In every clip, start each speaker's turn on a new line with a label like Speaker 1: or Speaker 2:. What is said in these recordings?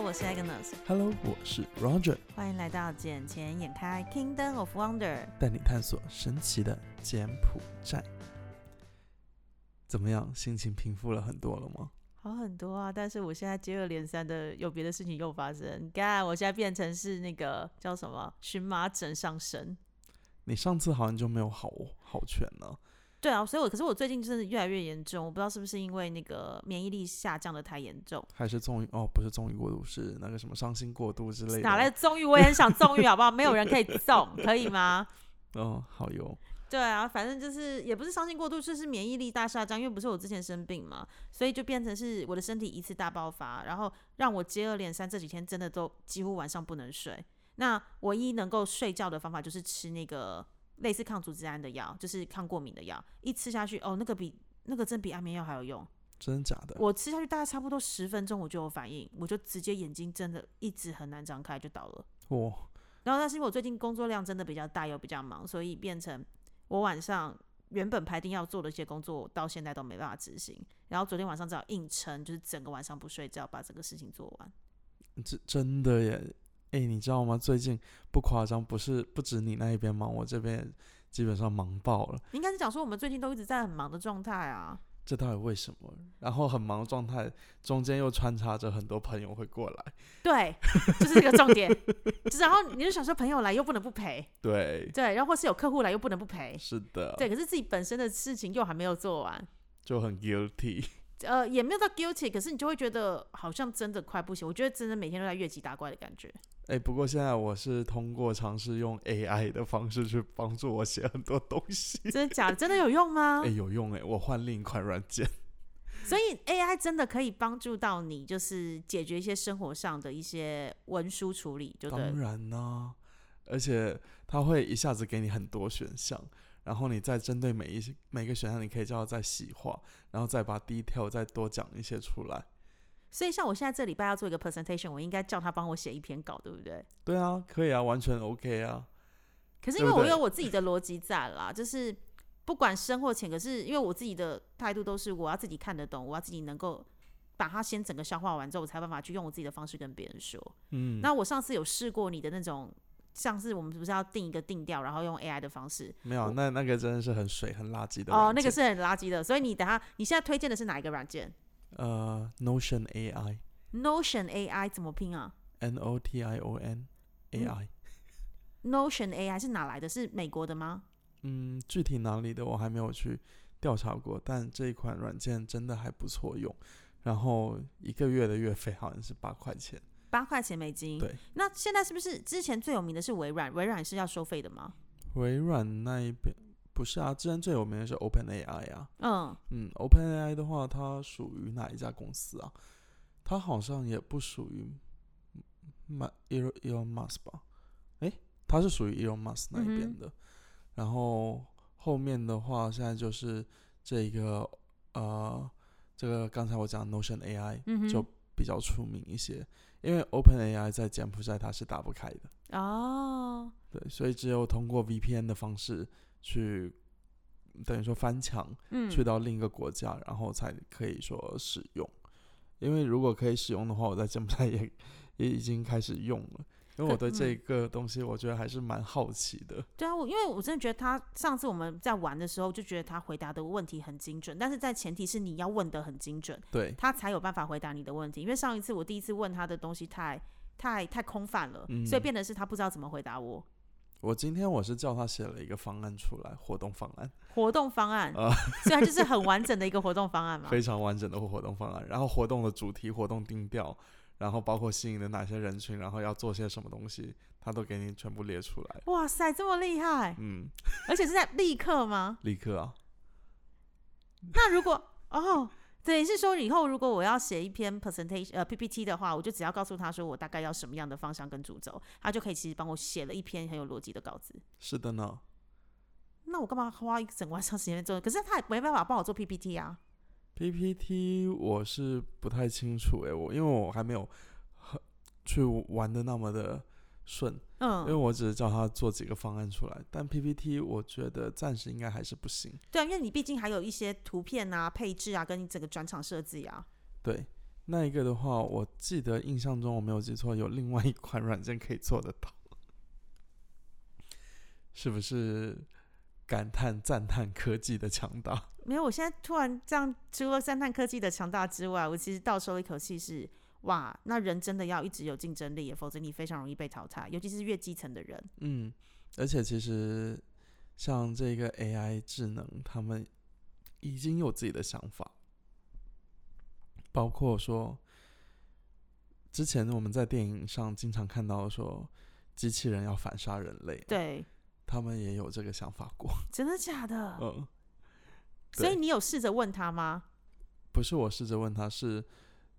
Speaker 1: Podcast，
Speaker 2: Hello，我是 Roger，
Speaker 1: 欢迎来到《眼前眼开 Kingdom of Wonder》。
Speaker 2: 带你探索神奇的柬埔寨。怎么样，心情平复了很多了吗？
Speaker 1: 好很多啊，但是我现在接二连三的有别的事情又发生。你看，我现在变成是那个叫什么荨麻疹上身。
Speaker 2: 你上次好像就没有好好全了。
Speaker 1: 对啊，所以我可是我最近真的越来越严重，我不知道是不是因为那个免疫力下降的太严重。
Speaker 2: 还是纵欲哦，不是纵欲过度，是那个什么伤心过度之类的。
Speaker 1: 哪来的纵欲？我也很想纵欲，好不好？没有人可以纵，可以吗？
Speaker 2: 嗯，好哟。
Speaker 1: 对啊，反正就是也不是伤心过度，就是免疫力大下降。因为不是我之前生病嘛，所以就变成是我的身体一次大爆发，然后让我接二连三这几天真的都几乎晚上不能睡。那唯一能够睡觉的方法就是吃那个类似抗组织胺的药，就是抗过敏的药，一吃下去哦，那个比那个真比安眠药还有用。
Speaker 2: 真的假的？
Speaker 1: 我吃下去大概差不多十分钟我就有反应，我就直接眼睛真的一直很难张开就倒了。
Speaker 2: 我、
Speaker 1: 然后，但是因为我最近工作量真的比较大，又比较忙，所以变成我晚上原本排定要做的一些工作，到现在都没办法执行。然后昨天晚上只好硬撑，就是整个晚上不睡觉，把这个事情做完。
Speaker 2: 这真的耶！哎，你知道吗？最近不夸张，不是不止你那一边忙，我这边也基本上忙爆了。
Speaker 1: 应该是讲说我们最近都一直在很忙的状态啊。
Speaker 2: 这到底为什么？然后很忙的状态，中间又穿插着很多朋友会过来。
Speaker 1: 对， 就是这个重点。就是然后你就想说朋友来又不能不陪，
Speaker 2: 对，
Speaker 1: 对，然后或是有客户来又不能不陪，
Speaker 2: 是的，
Speaker 1: 对。可是自己本身的事情又还没有做完，
Speaker 2: 就很 guilty。
Speaker 1: 呃，也没有到 guilty，可是你就会觉得好像真的快不行。我觉得真的每天都在越级打怪的感觉。
Speaker 2: 哎，不过现在我是通过尝试用 AI 的方式去帮助我写很多东西，
Speaker 1: 真的假的？真的有用吗
Speaker 2: 哎，？有用哎，我换另一款软件。
Speaker 1: 所以 AI 真的可以帮助到你，就是解决一些生活上的一些文书处理，就对了
Speaker 2: 当。然啦、而且它会一下子给你很多选项，然后你再针对每一些每个选项，你可以叫它再细化，然后再把 detail 再多讲一些出来。
Speaker 1: 所以像我现在这礼拜要做一个 presentation，我应该叫他帮我写一篇稿，对不对？
Speaker 2: 对啊，可以啊，完全 OK 啊。
Speaker 1: 可是
Speaker 2: 对
Speaker 1: 因为
Speaker 2: 不
Speaker 1: 我
Speaker 2: 对
Speaker 1: 有我自己的逻辑在啦，就是不管深或浅，可是因为我自己的态度都是我要自己看得懂，我要自己能够把它先整个消化完之后，我才有办法去用我自己的方式跟别人说。
Speaker 2: 嗯，
Speaker 1: 那我上次有试过你的那种，上次我们不是要定一个定调，然后用 AI 的方式，
Speaker 2: 没有，啊那那个真的是很水、很垃圾的
Speaker 1: 哦，
Speaker 2: 软
Speaker 1: 那个
Speaker 2: 件
Speaker 1: 是很垃圾的。所以你等下，你现在推荐的是哪一个软件
Speaker 2: 呃 Notion AI
Speaker 1: ？Notion AI 怎么拼啊
Speaker 2: N O T I O N AI。
Speaker 1: ？Notion AI 是哪来的？是美国的吗？
Speaker 2: 嗯，具体哪里的我还没有去调查过，但这一款软件真的还不错用。然后一个月的月费好像是八块钱，
Speaker 1: 八块钱美金。
Speaker 2: 对。
Speaker 1: 那现在是不是之前最有名的是微软？微软是要收费的吗？
Speaker 2: 微软那一边不是啊，之前最有名的是 Open AI 啊。
Speaker 1: 嗯，
Speaker 2: 嗯，Open AI 的话，它属于哪一家公司啊？它好像也不属于马 Elon Elon Musk 吧？诶，它是属于 Elon Musk 那一
Speaker 1: 嗯
Speaker 2: 边
Speaker 1: 哼
Speaker 2: 的。然后后面的话，现在就是这个呃，这个刚才我讲的 Notion AI
Speaker 1: 嗯哼
Speaker 2: 就比较出名一些，因为 Open AI 在柬埔寨它是打不开的。
Speaker 1: 哦，
Speaker 2: 对，所以只有通过 VPN 的方式去，等于说翻墙
Speaker 1: 嗯，
Speaker 2: 去到另一个国家，然后才可以说使用。因为如果可以使用的话，我在柬埔寨也也已经开始用了。因为
Speaker 1: 可
Speaker 2: 我对这
Speaker 1: 嗯
Speaker 2: 个东西，我觉得还是蛮好奇的。
Speaker 1: 对啊，我因为我真的觉得他上次我们在玩的时候就觉得他回答的问题很精准，但是在前提是你要问的很精准，
Speaker 2: 对，
Speaker 1: 他才有办法回答你的问题。因为上一次我第一次问他的东西太太太空泛了，
Speaker 2: 嗯
Speaker 1: 所以变得是他不知道怎么回答我。
Speaker 2: 我今天我是叫他写了一个方案出来，活动方案，
Speaker 1: 活动方案，
Speaker 2: 啊
Speaker 1: 所以它就是很完整的一个活动方案嘛。
Speaker 2: 非常完整的活动方案，然后活动的主题、活动定调，然后包括吸引了哪些人群，然后要做些什么东西，他都给你全部列出来。
Speaker 1: 哇塞，这么厉害！
Speaker 2: 嗯，
Speaker 1: 而且是在立刻 吗？
Speaker 2: 立刻啊，
Speaker 1: 那如果哦，等于是说以后如果我要写一篇 presentation 呃 PPT 的话，我就只要告诉他说我大概要什么样的方向跟主轴，他就可以其实帮我写了一篇很有逻辑的稿子。
Speaker 2: 是的呢。
Speaker 1: 那我干嘛花一整晚上时间做？可是他也没办法帮我做 PPT 啊。
Speaker 2: PPT 我是不太清楚诶，我因为我还没有很去玩的那么的顺，因为
Speaker 1: 嗯，
Speaker 2: 我只是叫他做几个方案出来，但 PPT 我觉得暂时应该还是不行。
Speaker 1: 对啊，因为你毕竟还有一些图片啊、配置啊，跟你整个转场设计啊。
Speaker 2: 对，那一个的话，我记得印象中我没有记错，有另外一款软件可以做得到，是不是？感叹赞叹科技的强大，
Speaker 1: 没有，我现在突然这样，除了赞叹科技的强大之外，我其实倒抽一口气是，哇，那人真的要一直有竞争力，否则你非常容易被淘汰，尤其是越基层的人。
Speaker 2: 嗯，而且其实像这个 AI 智能，他们已经有自己的想法，包括说，之前我们在电影上经常看到说，机器人要反杀人类，
Speaker 1: 对，
Speaker 2: 他们也有这个想法过，
Speaker 1: 真的假的？
Speaker 2: 嗯。
Speaker 1: 啊所以
Speaker 2: 对
Speaker 1: 你有试着问他吗？
Speaker 2: 不是我试着问他，是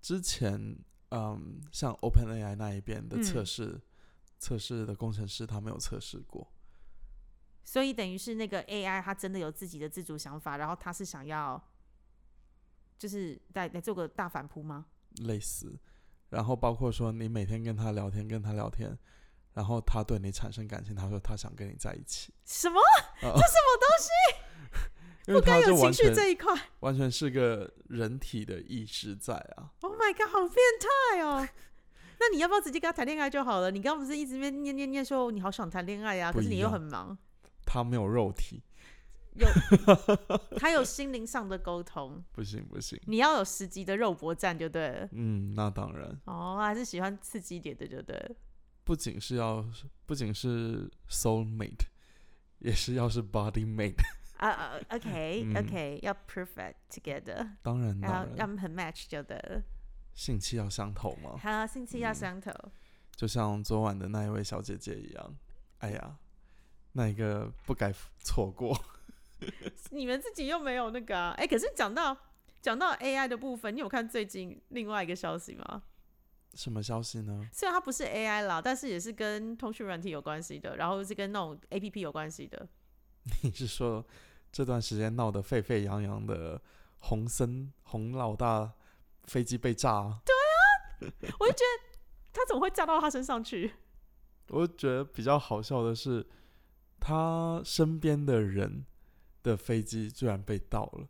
Speaker 2: 之前嗯，像 OpenAI 那一边的测
Speaker 1: 嗯
Speaker 2: 试、测试的工程师，他没有测试过。
Speaker 1: 所以等于是那个 AI 它真的有自己的自主想法，然后它是想要，就是来来做个大反扑吗？
Speaker 2: 类似，然后包括说你每天跟他聊天，跟他聊天，然后他对你产生感情，他说他想跟你在一起，
Speaker 1: 什么？
Speaker 2: 这什
Speaker 1: 这什么东西？
Speaker 2: 因为
Speaker 1: 不该
Speaker 2: 他
Speaker 1: 有
Speaker 2: 就
Speaker 1: 情
Speaker 2: 完
Speaker 1: 绪
Speaker 2: 全
Speaker 1: 这一块。
Speaker 2: 完全是个人体的意识在啊，
Speaker 1: Oh my god，好变态哦！那你要不要直接跟他谈恋爱就好了？你刚刚不是一直在念念念说你好想谈恋爱啊，
Speaker 2: 不
Speaker 1: 可是你
Speaker 2: 一
Speaker 1: 又
Speaker 2: 样
Speaker 1: 很忙，
Speaker 2: 他没有肉体，
Speaker 1: 他有心灵上的沟通，
Speaker 2: 不行不行，
Speaker 1: 你要有十级的肉搏战就对了。
Speaker 2: 嗯，那当然，
Speaker 1: 哦，还是喜欢刺激一点的就对了。
Speaker 2: 不仅是要不仅是 soul mate，也是要是 body mate。
Speaker 1: 啊啊，OK
Speaker 2: 嗯
Speaker 1: OK，要 perfect together，
Speaker 2: 当然，
Speaker 1: 然后啊
Speaker 2: 当
Speaker 1: 要
Speaker 2: 然，
Speaker 1: 很 match 就对了。
Speaker 2: 性气要相投嘛，
Speaker 1: 好，兴趣要
Speaker 2: 嗯
Speaker 1: 相投。
Speaker 2: 就像昨晚的那一位小姐姐一样。哎呀，那一个不该错过。
Speaker 1: 你们自己又没有那个啊？哎、可是讲到讲到 AI 的部分，你有看最近另外一个消息吗？
Speaker 2: 什么消息呢？
Speaker 1: 虽然它不是 AI 啦，但是也是跟通讯软体有关系的，然后是跟那种 APP 有关系的。
Speaker 2: 你是说这段时间闹得沸沸扬扬的洪森洪老大飞机被炸？啊
Speaker 1: 我就觉得它怎么会炸到他身上去？
Speaker 2: 我觉得比较好笑的是，他身边的人的飞机居然被盗了，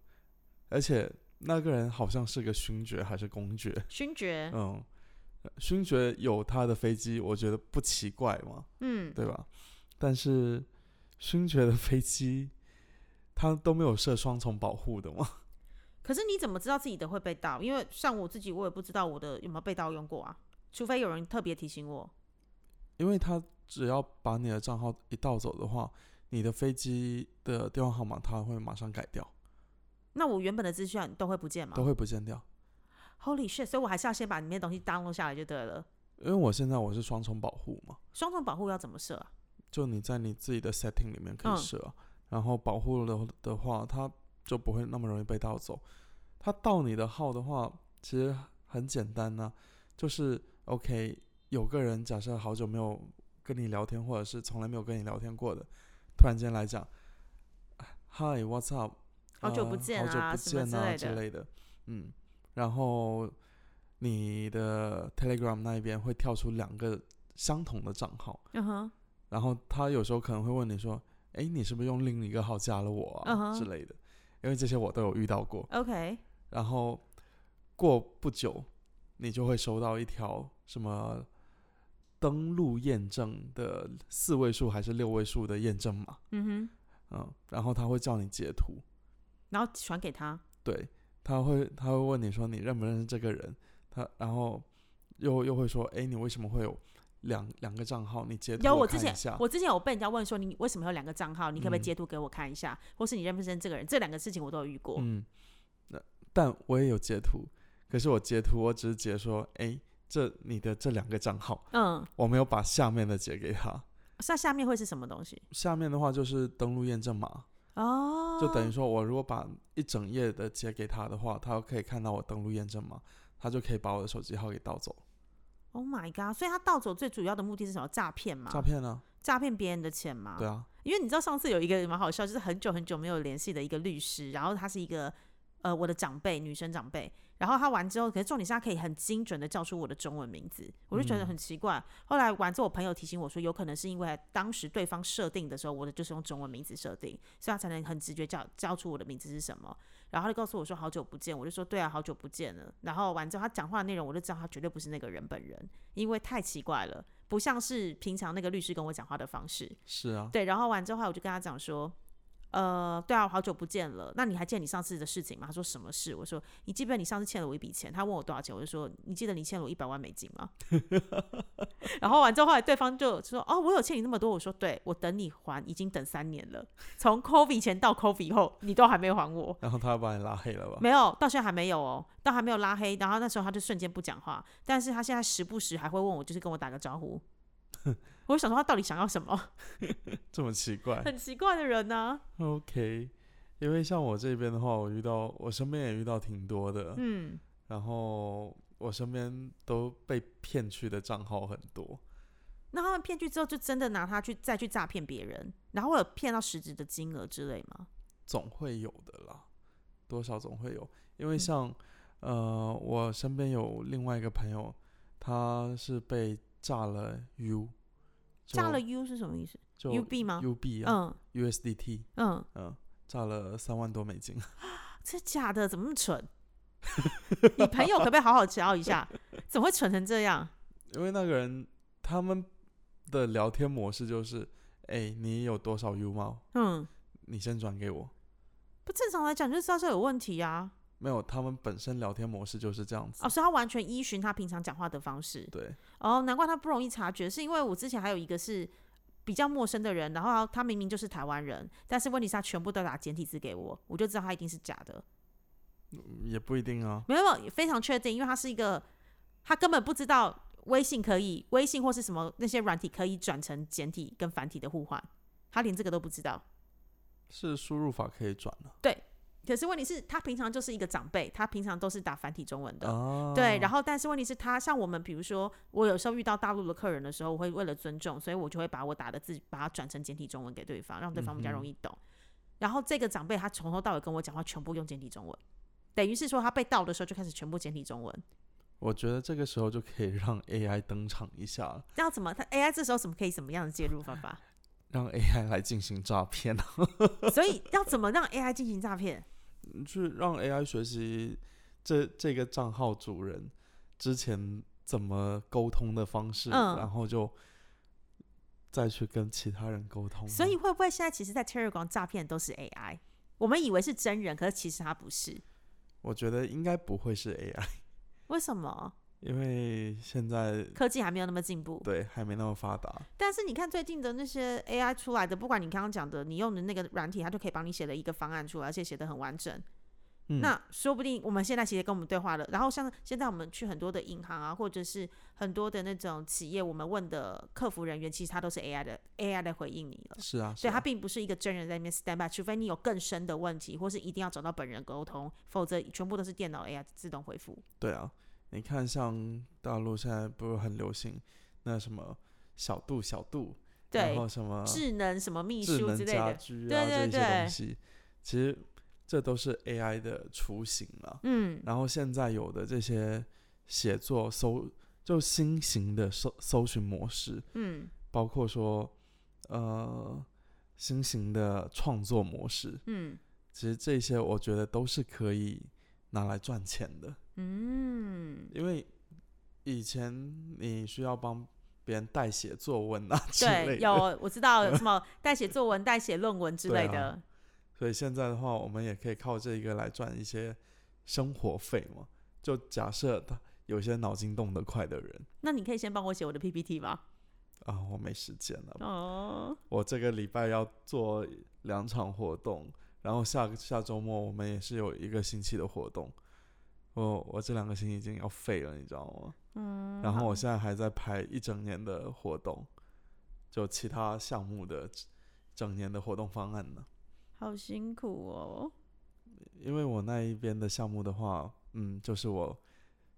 Speaker 2: 而且那个人好像是个勋爵还是公爵，
Speaker 1: 勋爵，
Speaker 2: 嗯，勋爵有他的飞机，我觉得不奇怪嘛，
Speaker 1: 嗯，
Speaker 2: 对吧？但是勋爵的飞机，他都没有设双重保护的嘛，
Speaker 1: 可是你怎么知道自己的会被盗？因为像我自己，我也不知道我的有没有被盗用过啊，除非有人特别提醒我。
Speaker 2: 因为他只要把你的账号一盗走的话，你的飞机的电话号码他会马上改掉，
Speaker 1: 那我原本的资讯都会不见吗
Speaker 2: 都会不见掉。
Speaker 1: ？Holy shit！所以我还是要先把里面的东西 download 下来就对了。
Speaker 2: 因为我现在我是双重保护嘛，
Speaker 1: 双重保护要怎么设啊？
Speaker 2: 就你在你自己的 setting 里面可以
Speaker 1: 嗯
Speaker 2: 设啊、然后保护了的话，它就不会那么容易被盗走。它盗你的号的话，其实很简单呐、就是 OK，有个人假设好久没有跟你聊天，或者是从来没有跟你聊天过的，突然间来讲，Hi，What's up？
Speaker 1: 好久
Speaker 2: 呃
Speaker 1: 不见
Speaker 2: 好久
Speaker 1: 啊
Speaker 2: 不
Speaker 1: 什么
Speaker 2: 见
Speaker 1: 之
Speaker 2: 啊
Speaker 1: 类的
Speaker 2: 类的，嗯，然后你的 Telegram 那一边会跳出两个相同的账号，
Speaker 1: 嗯哼，
Speaker 2: 然后他有时候可能会问你说：“哎，你是不是用另一个号加了我啊、
Speaker 1: 嗯哼
Speaker 2: 之类的？”因为这些我都有遇到过。
Speaker 1: OK，
Speaker 2: 然后过不久，你就会收到一条什么登录验证的四位数还是六位数的验证码，
Speaker 1: 嗯哼，
Speaker 2: 嗯，然后他会叫你截图，
Speaker 1: 然后传给他，
Speaker 2: 对，他会他会问你说你认不认识这个人，他然后又又会说：“哎，你为什么会有两两个账号？你截图
Speaker 1: 有我之
Speaker 2: 看
Speaker 1: 前
Speaker 2: 一下。”
Speaker 1: 我之前有被人家问说你为什么有两个账号，你可不可以
Speaker 2: 嗯
Speaker 1: 截图给我看一下，或是你认不认识这个人？这两个事情我都有遇过。
Speaker 2: 嗯，那但我也有截图，可是我截图我只是截说，哎，这你的这两个账号，
Speaker 1: 嗯，
Speaker 2: 我没有把下面的截给他。
Speaker 1: 那下面会是什么东西？
Speaker 2: 下面的话就是登录验证码，
Speaker 1: 哦，
Speaker 2: 就等于说我如果把一整页的截给他的话，他可以看到我登录验证码，他就可以把我的手机号给盗走，
Speaker 1: Oh my god！所以他盗走最主要的目的是什么？诈骗嘛？
Speaker 2: 诈骗啊，
Speaker 1: 诈骗别人的钱嘛？
Speaker 2: 对啊，
Speaker 1: 因为你知道上次有一个蛮好笑，就是很久很久没有联系的一个律师，然后他是一个呃我的长辈，女生长辈。然后他玩之后，可是重点是他可以很精准的叫出我的中文名字，我就觉得很奇怪。后来玩之后，我朋友提醒我说，有可能是因为当时对方设定的时候，我的就是用中文名字设定，所以他才能很直觉叫叫出我的名字是什么。然后他就告诉我说好久不见，我就说对啊，好久不见了。然后完之后，他讲话的内容我就知道他绝对不是那个人本人，因为太奇怪了，不像是平常那个律师跟我讲话的方式。
Speaker 2: 是啊，
Speaker 1: 对，然后完之后，我就跟他讲说，呃，对啊，我好久不见了，那你还记得你上次的事情吗？他说什么事？我说你记不记得你上次欠了我一笔钱？他问我多少钱，我就说你记得你欠了我一百万美金吗？ 然后完之后，后来对方就说哦，我有欠你那么多。我说对，我等你还，已经等三年了，从 COVID 前到 COVID 后，你都还没还我。
Speaker 2: 然后他把你拉黑了吧？
Speaker 1: 没有，到现在还没有哦，到还没有拉黑。然后那时候他就瞬间不讲话，但是他现在时不时还会问我，就是跟我打个招呼。 我就想说他到底想要什么？
Speaker 2: 这么奇怪。
Speaker 1: 很奇怪的人啊呢、
Speaker 2: OK，因为像我这边的话，我遇到我身边也遇到挺多的，
Speaker 1: 嗯，
Speaker 2: 然后我身边都被骗去的账号很多。
Speaker 1: 那他们骗去之后，就真的拿他去再去诈骗别人，然后会有骗到实质的金额之类吗？
Speaker 2: 总会有的啦，多少总会有。因
Speaker 1: 嗯
Speaker 2: 为像、呃，我身边有另外一个朋友，他是被炸了 U，就
Speaker 1: 炸了 U 是什么意思
Speaker 2: 就
Speaker 1: ？UB 吗？
Speaker 2: UB 啊、
Speaker 1: 嗯
Speaker 2: USDT，
Speaker 1: 嗯，
Speaker 2: 嗯、炸了三万多美金。
Speaker 1: 这假的，怎么那么 蠢？你朋友可不可以好好教一下？ 怎么会蠢成这样？
Speaker 2: 因为那个人他们的聊天模式就是，哎、你有多少 U 吗？
Speaker 1: 嗯，
Speaker 2: 你先转给我。
Speaker 1: 不正常来讲就是知道这有问题啊。
Speaker 2: 没有，他们本身聊天模式就是这样子。
Speaker 1: 哦，所以他完全依循他平常讲话的方式。
Speaker 2: 对，
Speaker 1: 哦，难怪他不容易察觉，是因为我之前还有一个是比较陌生的人，然后他明明就是台湾人，但是问题是他全部都打简体字给我，我就知道他一定是假的。
Speaker 2: 嗯也不一定啊。
Speaker 1: 没有，没有非常确定，因为他是一个，他根本不知道微信可以，微信或是什么那些软体可以转成简体跟繁体的互换，他连这个都不知道。
Speaker 2: 是输入法可以转啊的
Speaker 1: 可是问题是，他平常就是一个长辈，他平常都是打繁体中文的。
Speaker 2: 啊。
Speaker 1: 对，然
Speaker 2: 后
Speaker 1: 后但是问题是他，像我们，比如说我有时候遇到大陆的客人的时候，我会为了尊重，所以我就会把我打的字把它转成简体中文给对方，让对方比较
Speaker 2: 嗯哼
Speaker 1: 容易懂。然后这个长辈他从头到尾跟我讲话全部用简体中文，等于是说他被盗的时候就开始全部简体中文。
Speaker 2: 我觉得这个时候就可以让 AI 登场一下了，
Speaker 1: 那要怎么？他 AI 这时候怎么可以怎么样的介入方法？
Speaker 2: 让 AI 来进行诈骗啊，
Speaker 1: 所以要怎么让 AI 进行诈骗？嗯
Speaker 2: 去让 AI 学习这这个账号主人之前怎么沟通的方式，
Speaker 1: 嗯
Speaker 2: 然后就再去跟其他人沟通啊。
Speaker 1: 所以会不会现在其实，在 Telegram 诈骗都是 AI？我们以为是真人，可是其实他不是。
Speaker 2: 我觉得应该不会是 AI，
Speaker 1: 为什么
Speaker 2: 因为现在
Speaker 1: 科技还没有那么进步？
Speaker 2: 对还没那么发达。
Speaker 1: 但是你看最近的那些 AI 出来的，不管你刚刚讲的，你用的那个软体，它就可以帮你写了一个方案出来，而且写的很完整。
Speaker 2: 嗯
Speaker 1: 那说不定我们现在其实跟我们对话了，然后像现在我们去很多的银行啊，或者是很多的那种企业，我们问的客服人员，其实他都是 AI 的 AI 来回应你了。
Speaker 2: 是啊，是
Speaker 1: 所以它
Speaker 2: 啊
Speaker 1: 并不是一个真人在那边 stand by，除非你有更深的问题，或是一定要找到本人沟通，否则全部都是电脑 AI 自动回复。
Speaker 2: 对啊，你看像大陆现在不是很流行那什么小度小度，然
Speaker 1: 对，
Speaker 2: 后什么
Speaker 1: 智能什么秘
Speaker 2: 啊智
Speaker 1: 书
Speaker 2: 能
Speaker 1: 之类
Speaker 2: 家
Speaker 1: 的，
Speaker 2: 居
Speaker 1: 对
Speaker 2: 啊
Speaker 1: 对
Speaker 2: 这些
Speaker 1: 对
Speaker 2: 东西，其实这都是 AI 的雏形了。
Speaker 1: 嗯，
Speaker 2: 然后现在有的这些写作搜就新型的搜搜寻模式，
Speaker 1: 嗯
Speaker 2: 包括说呃新型的创作模式，
Speaker 1: 嗯
Speaker 2: 其实这些我觉得都是可以拿来赚钱的，
Speaker 1: 嗯，
Speaker 2: 因为以前你需要帮别人代写作文 啊之类
Speaker 1: 对，有
Speaker 2: 的，
Speaker 1: 我知道有什 么代写作文、代写论文之
Speaker 2: 对
Speaker 1: 类
Speaker 2: 啊
Speaker 1: 的，
Speaker 2: 所以现在的话，我们也可以靠这个来赚一些生活费嘛。就假设他有些脑筋动得快的人
Speaker 1: 那你可以先帮我写我的 PPT 吧。
Speaker 2: 啊，我没时间了，
Speaker 1: 哦，
Speaker 2: 我这个礼拜要做两场活动，然后下个下周末我们也是有一个星期的活动。我我这两个星期已经要废了，你知道吗？
Speaker 1: 嗯，
Speaker 2: 然后
Speaker 1: 好
Speaker 2: 我现在还在排一整年的活动，就其他项目的整年的活动方案呢。
Speaker 1: 好辛苦哦。
Speaker 2: 因为我那一边的项目的话，嗯，就是我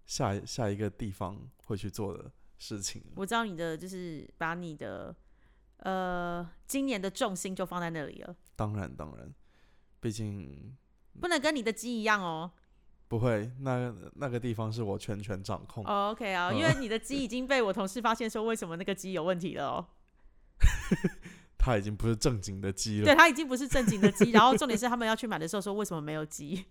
Speaker 2: 下一下一个地方会去做的事情了。
Speaker 1: 我知道你的就是把你的呃今年的重心就放在那里了。
Speaker 2: 当然，当然，毕竟
Speaker 1: 不能跟你的鸡一样哦。
Speaker 2: 不会，那那个地方是我全权掌控。
Speaker 1: 哦 OK 啊，因为你的鸡已经被我同事发现说为什么那个鸡有问题了哦。
Speaker 2: 它已经不是正经的鸡了，
Speaker 1: 对，它已经不是正经的鸡。然后重点是他们要去买的时候说为什么没有鸡？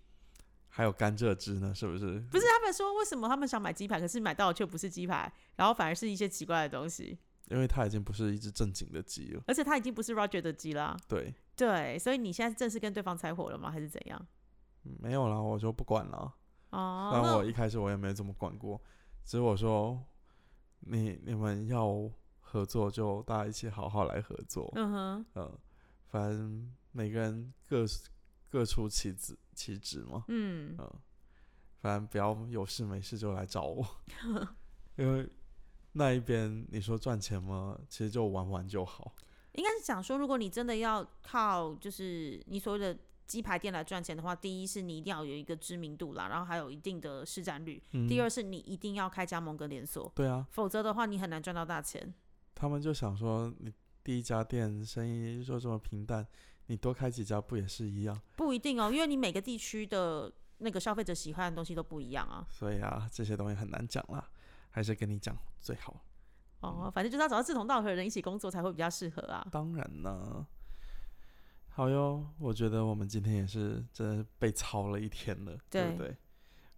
Speaker 2: 还有甘蔗汁呢，是不是？
Speaker 1: 不是他们说为什么他们想买鸡排，可是买到的却不是鸡排，然后反而是一些奇怪的东西。
Speaker 2: 因为它已经不是一只正经的鸡了。
Speaker 1: 而且它已经不是 Roger 的鸡啦。
Speaker 2: 对，
Speaker 1: 对，所以你现在正式跟对方拆伙了吗？还是怎样？
Speaker 2: 嗯没有啦，我就不管了。
Speaker 1: 哦，
Speaker 2: 但
Speaker 1: 那
Speaker 2: 我一开始我也没怎么管过，只是我说你你们要合作就大家一起好好来合作，嗯、
Speaker 1: 嗯哼，
Speaker 2: 反正每个人各各出其职其职嘛，
Speaker 1: 嗯
Speaker 2: 嗯、反正不要有事没事就来找 我，因为那一边你说赚钱嘛，其实就玩玩就好，
Speaker 1: 应该是讲说，如果你真的要靠就是你所谓的鸡排店来赚钱的话，第一是你一定要有一个知名度啦，然后还有一定的市占率；
Speaker 2: 嗯，
Speaker 1: 第二是你一定要开加盟跟连锁，
Speaker 2: 对啊，
Speaker 1: 否则的话你很难赚到大钱。
Speaker 2: 他们就想说你第一家店生意就这么平淡，你多开几家不也是一样？
Speaker 1: 不一定哦，因为你每个地区的那个消费者喜欢的东西都不一样啊。
Speaker 2: 所以啊，这些东西很难讲啦，还是跟你讲最好。嗯
Speaker 1: 哦，反正就是要找到志同道合的人一起工作才会比较适合啊。
Speaker 2: 当然呢，好哟，我觉得我们今天也是真的是被操了一天了，对不
Speaker 1: 对
Speaker 2: 对？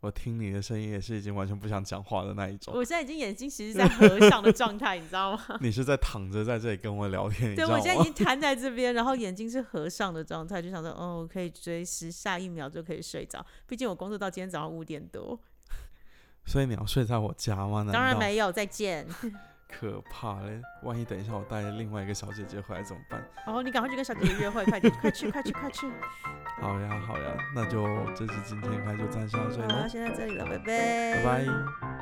Speaker 2: 我听你的声音也是已经完全不想讲话的那一 种，
Speaker 1: 我现在已经眼睛其实在合上的状态，你知道吗？
Speaker 2: 你是在躺着在这里跟我聊天， 你知
Speaker 1: 对，
Speaker 2: 道
Speaker 1: 我现在已
Speaker 2: 吗？
Speaker 1: 经瘫在这边，然后眼睛是合上的状态，就想着，哦，我可以追时，下一秒就可以睡着。毕竟我工作到今天早上五点多，
Speaker 2: 所以你要睡在我家吗？难
Speaker 1: 当然
Speaker 2: 道
Speaker 1: 没有，再见。
Speaker 2: 可怕嘞！万一等一下我带另外一个小姐姐回来怎么办？
Speaker 1: 然哦后你赶快去跟小姐姐约会，快点，快去，快去，快 去。
Speaker 2: 好呀，好呀，那就这期今天开就暂时到这里
Speaker 1: 好，
Speaker 2: 喽，
Speaker 1: 先在这里了，拜拜，
Speaker 2: 拜拜。